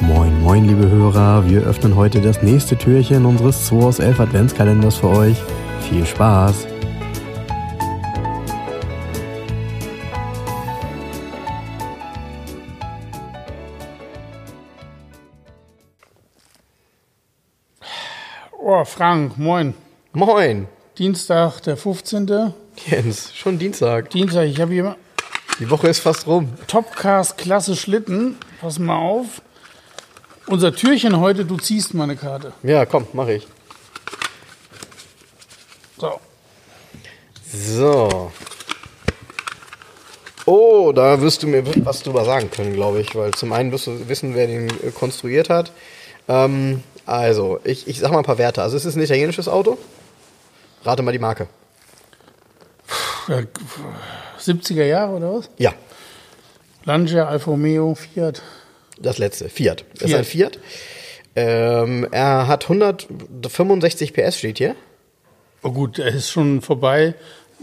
Moin, moin, liebe Hörer. Wir öffnen heute das nächste Türchen unseres 2 aus 11 Adventskalenders für euch. Viel Spaß! Oh, Frank, moin. Moin, Dienstag, der 15. Jens, schon Dienstag. Dienstag, ich habe hier Die Woche ist fast rum. Topcast Klasse Schlitten. Pass mal auf. Unser Türchen heute, du ziehst meine Karte. Ja, komm, mach ich. So. So. Oh, da wirst du mir was drüber sagen können, glaube ich, weil zum einen wirst du wissen, wer den äh, konstruiert hat. Ähm, also, ich, ich sag mal ein paar Werte. Also, es ist ein italienisches Auto. Rate mal die Marke. Äh, 70er Jahre oder was? Ja, Lancia, Alfa Romeo, Fiat. das letzte. Fiat. Es ist Fiat. ein Fiat. Ähm, er hat 165 PS, steht hier. Oh gut, er ist schon vorbei.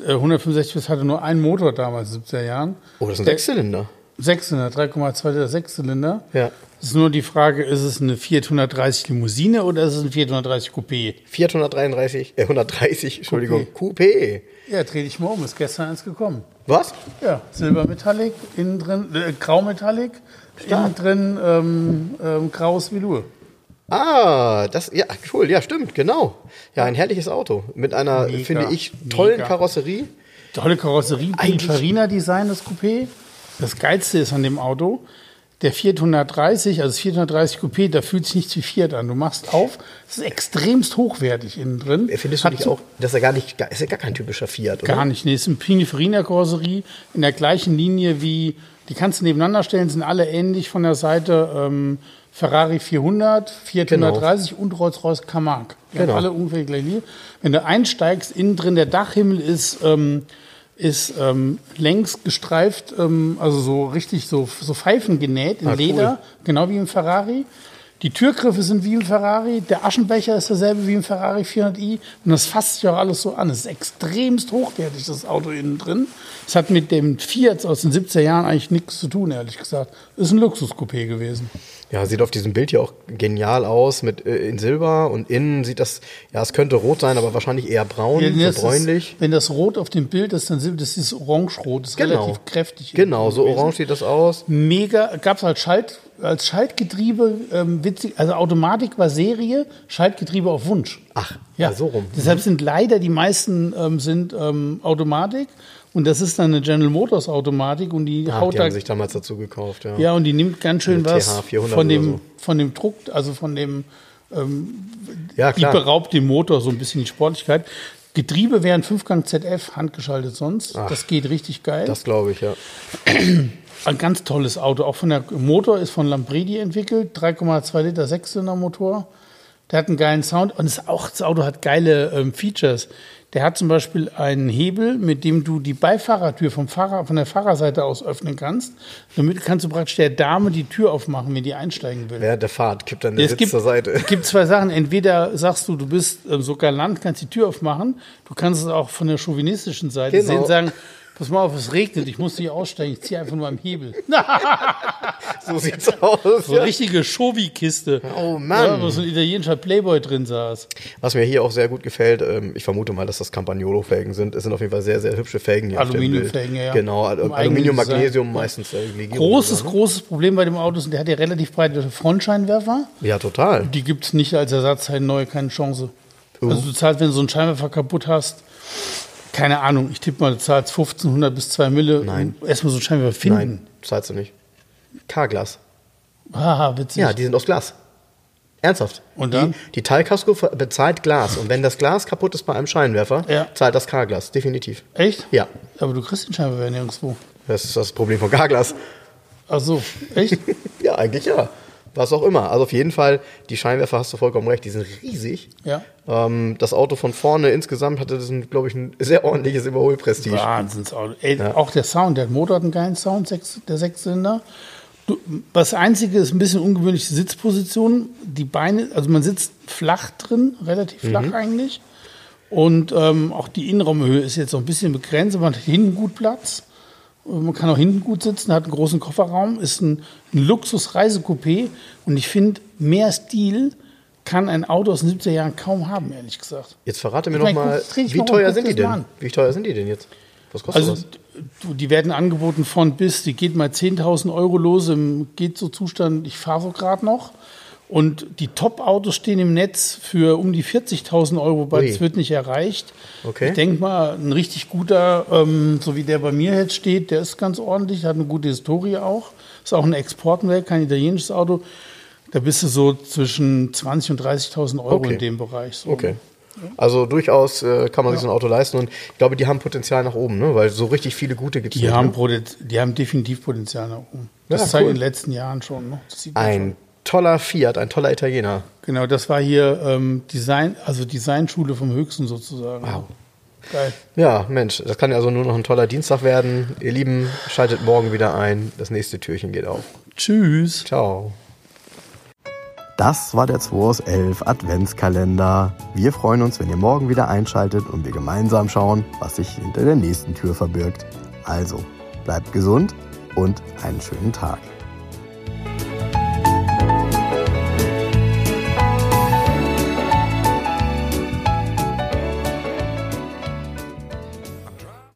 Äh, 165 PS hatte nur einen Motor damals, in den 70er Jahren. Oh, das ist ein Der- Sechszylinder. Sechszylinder, 3,2 Liter Sechszylinder. Ja. Es ist nur die Frage, ist es eine 430 Limousine oder ist es ein 430 Coupé? 433, äh, 130, Entschuldigung, Coupé. Ja, dreh dich mal um, ist gestern eins gekommen. Was? Ja, Silbermetallic, innen drin, äh, Graumetallic, innen drin ähm, ähm, graues Velour. Ah, das, ja, cool, ja, stimmt, genau. Ja, ein herrliches Auto. Mit einer, Mega, finde ich, tollen mega. Karosserie. Tolle Karosserie, Eigentlich- Pininfarina-Design, das Coupé. Das Geilste ist an dem Auto, der 430, also das 430 Coupé, da fühlt sich nichts wie Fiat an. Du machst auf, es ist extremst hochwertig innen drin. Findest du Hat nicht so- auch, dass er gar nicht, gar- ist ja gar kein typischer Fiat, oder? Gar nicht, nee, es ist eine Pininfarina-Karosserie in der gleichen Linie wie, die kannst du nebeneinander stellen, sind alle ähnlich von der Seite ähm, Ferrari 400, 430 und Rolls-Royce Camargue. Die haben Genau. alle ungefähr die gleiche Linie. Wenn du einsteigst, innen drin der Dachhimmel ist, ähm, ist ähm, längs gestreift, ähm, also so richtig so, so Pfeifen genäht in Ah, cool. Leder, genau wie im Ferrari. Die Türgriffe sind wie im Ferrari, der Aschenbecher ist derselbe wie im Ferrari 400i und das fasst sich auch alles so an. Es ist extremst hochwertig, das Auto innen drin. Es hat mit dem Fiat aus den 70er Jahren eigentlich nichts zu tun, ehrlich gesagt. Ist ein Luxuscoupé gewesen. Ja, sieht auf diesem Bild hier auch genial aus, mit, äh, in Silber und innen sieht das, ja, es könnte rot sein, aber wahrscheinlich eher braun, Wenn so das, bräunlich. wenn das Rot auf dem Bild ist, dann sind das ist orangerot, ist Genau. relativ kräftig. Genau, so gewesen. orange sieht das aus. Mega, gab es als, Schalt, als Schaltgetriebe, ähm, witzig, also Automatik war Serie, Schaltgetriebe auf Wunsch. Ach, ja, so rum. Ah, Mhm. Deshalb sind leider die meisten ähm, sind ähm, Automatik und das ist dann eine General Motors Automatik und die Ah, haut die da, haben sich damals dazu gekauft, ja. ja und die nimmt ganz schön Eine was TH 400 von dem oder so. von dem Druck, also von dem Ja, die beraubt dem Motor so ein bisschen die Sportlichkeit. Getriebe wären Fünfgang ZF handgeschaltet sonst, Ach. das geht richtig geil. Das glaube ich, ja. Ein ganz tolles Auto. Auch von der Motor ist von Lambredi entwickelt. 3,2 Liter Sechszylinder Motor. Der hat einen geilen Sound und das, auch, das Auto hat geile ähm, Features. Der hat zum Beispiel einen Hebel, mit dem du die Beifahrertür vom Fahrer, von der Fahrerseite aus öffnen kannst. Damit kannst du praktisch der Dame die Tür aufmachen, wenn die einsteigen will. Während der Fahrt kippt dann der Es Sitz gibt, zur Seite. es gibt zwei Sachen. Entweder sagst du, du bist ähm, so galant, kannst die Tür aufmachen. Du kannst es auch von der chauvinistischen Seite Genau. sehen, sagen, pass mal auf, es regnet, ich muss nicht aussteigen, ich ziehe einfach nur am Hebel. So sieht's aus. So ja. eine richtige Schovi-Kiste. Oh, Mann. Ja, wo so ein italienischer Playboy drin saß. Was mir hier auch sehr gut gefällt, ähm, ich vermute mal, dass das Campagnolo-Felgen sind. Es sind auf jeden Fall sehr, sehr hübsche Felgen. hier auf dem Bild. Aluminiumfelgen, ja, ja. Genau, Al Im eigenen Aluminium, Design. Magnesium meistens. Äh, Legierung, Großes, oder? großes Problem bei dem Auto ist, der hat ja relativ breite Frontscheinwerfer. Ja, total. Die gibt es nicht als Ersatzteil neu, keine Chance. Also du zahlst, wenn du so einen Scheinwerfer kaputt hast, keine Ahnung, ich tippe mal, du zahlst 1500 bis 2 Mille. Nein. um Erstmal so einen Scheinwerfer Nein, finden. zahlst du nicht. K-Glas. Haha, witzig. Ja, die sind aus Glas. Ernsthaft. Und dann? Die, die Teilkasko ver- bezahlt Glas. Und wenn das Glas kaputt ist bei einem Scheinwerfer, Ja. zahlt das K-Glas. Definitiv. Echt? Ja. Aber du kriegst den Scheinwerfer ja nirgendwo. Das ist das Problem von K-Glas. Ach so, echt? ja, eigentlich ja. Was auch immer. Also auf jeden Fall, die Scheinwerfer hast du vollkommen recht, die sind riesig. Ja. Ähm, das Auto von vorne insgesamt hatte das, glaube ich, ein sehr ordentliches Überholprestige. Wahnsinnsauto. Ey, Ja. Auch der Sound, der Motor hat einen geilen Sound, sechs, der Sechszylinder. Du, das Einzige ist ein bisschen ungewöhnliche Sitzposition. Die Beine, also man sitzt flach drin, relativ flach eigentlich. Und ähm, auch die Innenraumhöhe ist jetzt so ein bisschen begrenzt, aber man hat hinten gut Platz. Und Man kann auch hinten gut sitzen, hat einen großen Kofferraum, ist ein, ein Luxus-Reisecoupé. Und ich finde, mehr Stil kann ein Auto aus den 70er Jahren kaum haben, ehrlich gesagt. Jetzt verrate mir Ich noch meine, mal, guck, dreh dich wie mal um, teuer guck sind die das mal denn? an. Wie teuer sind die denn jetzt? Was kostet Also das? du, die werden angeboten von bis, die geht mal 10.000 Euro los im geht so Zustand, ich fahre so gerade noch. Und die Top-Autos stehen im Netz für um die 40.000 Euro, wobei Ui. das wird nicht erreicht. Okay. Ich denke mal, ein richtig guter, ähm, so wie der bei mir jetzt steht, der ist ganz ordentlich, hat eine gute Historie auch. Ist auch ein Exportmodell, kein italienisches Auto. Da bist du so zwischen 20.000 und 30.000 Euro Okay. in dem Bereich. So. Okay. Also durchaus äh, kann man sich so ein Auto leisten und ich glaube, die haben Potenzial nach oben, ne? weil so richtig viele gute gibt es Die nicht. haben, ne? Potenz- die haben definitiv Potenzial nach oben. Das Ja, zeigt cool. in den letzten Jahren schon. Ne? Das sieht man schon. Ein toller Fiat, ein toller Italiener. Genau, das war hier ähm, Design, also Designschule vom Höchsten sozusagen. Wow. Geil. Ja, Mensch, das kann ja also nur noch ein toller Dienstag werden. Ihr Lieben, schaltet morgen wieder ein. Das nächste Türchen geht auf. Tschüss. Ciao. Das war der 2 aus 11 Adventskalender. Wir freuen uns, wenn ihr morgen wieder einschaltet und wir gemeinsam schauen, was sich hinter der nächsten Tür verbirgt. Also, bleibt gesund und einen schönen Tag.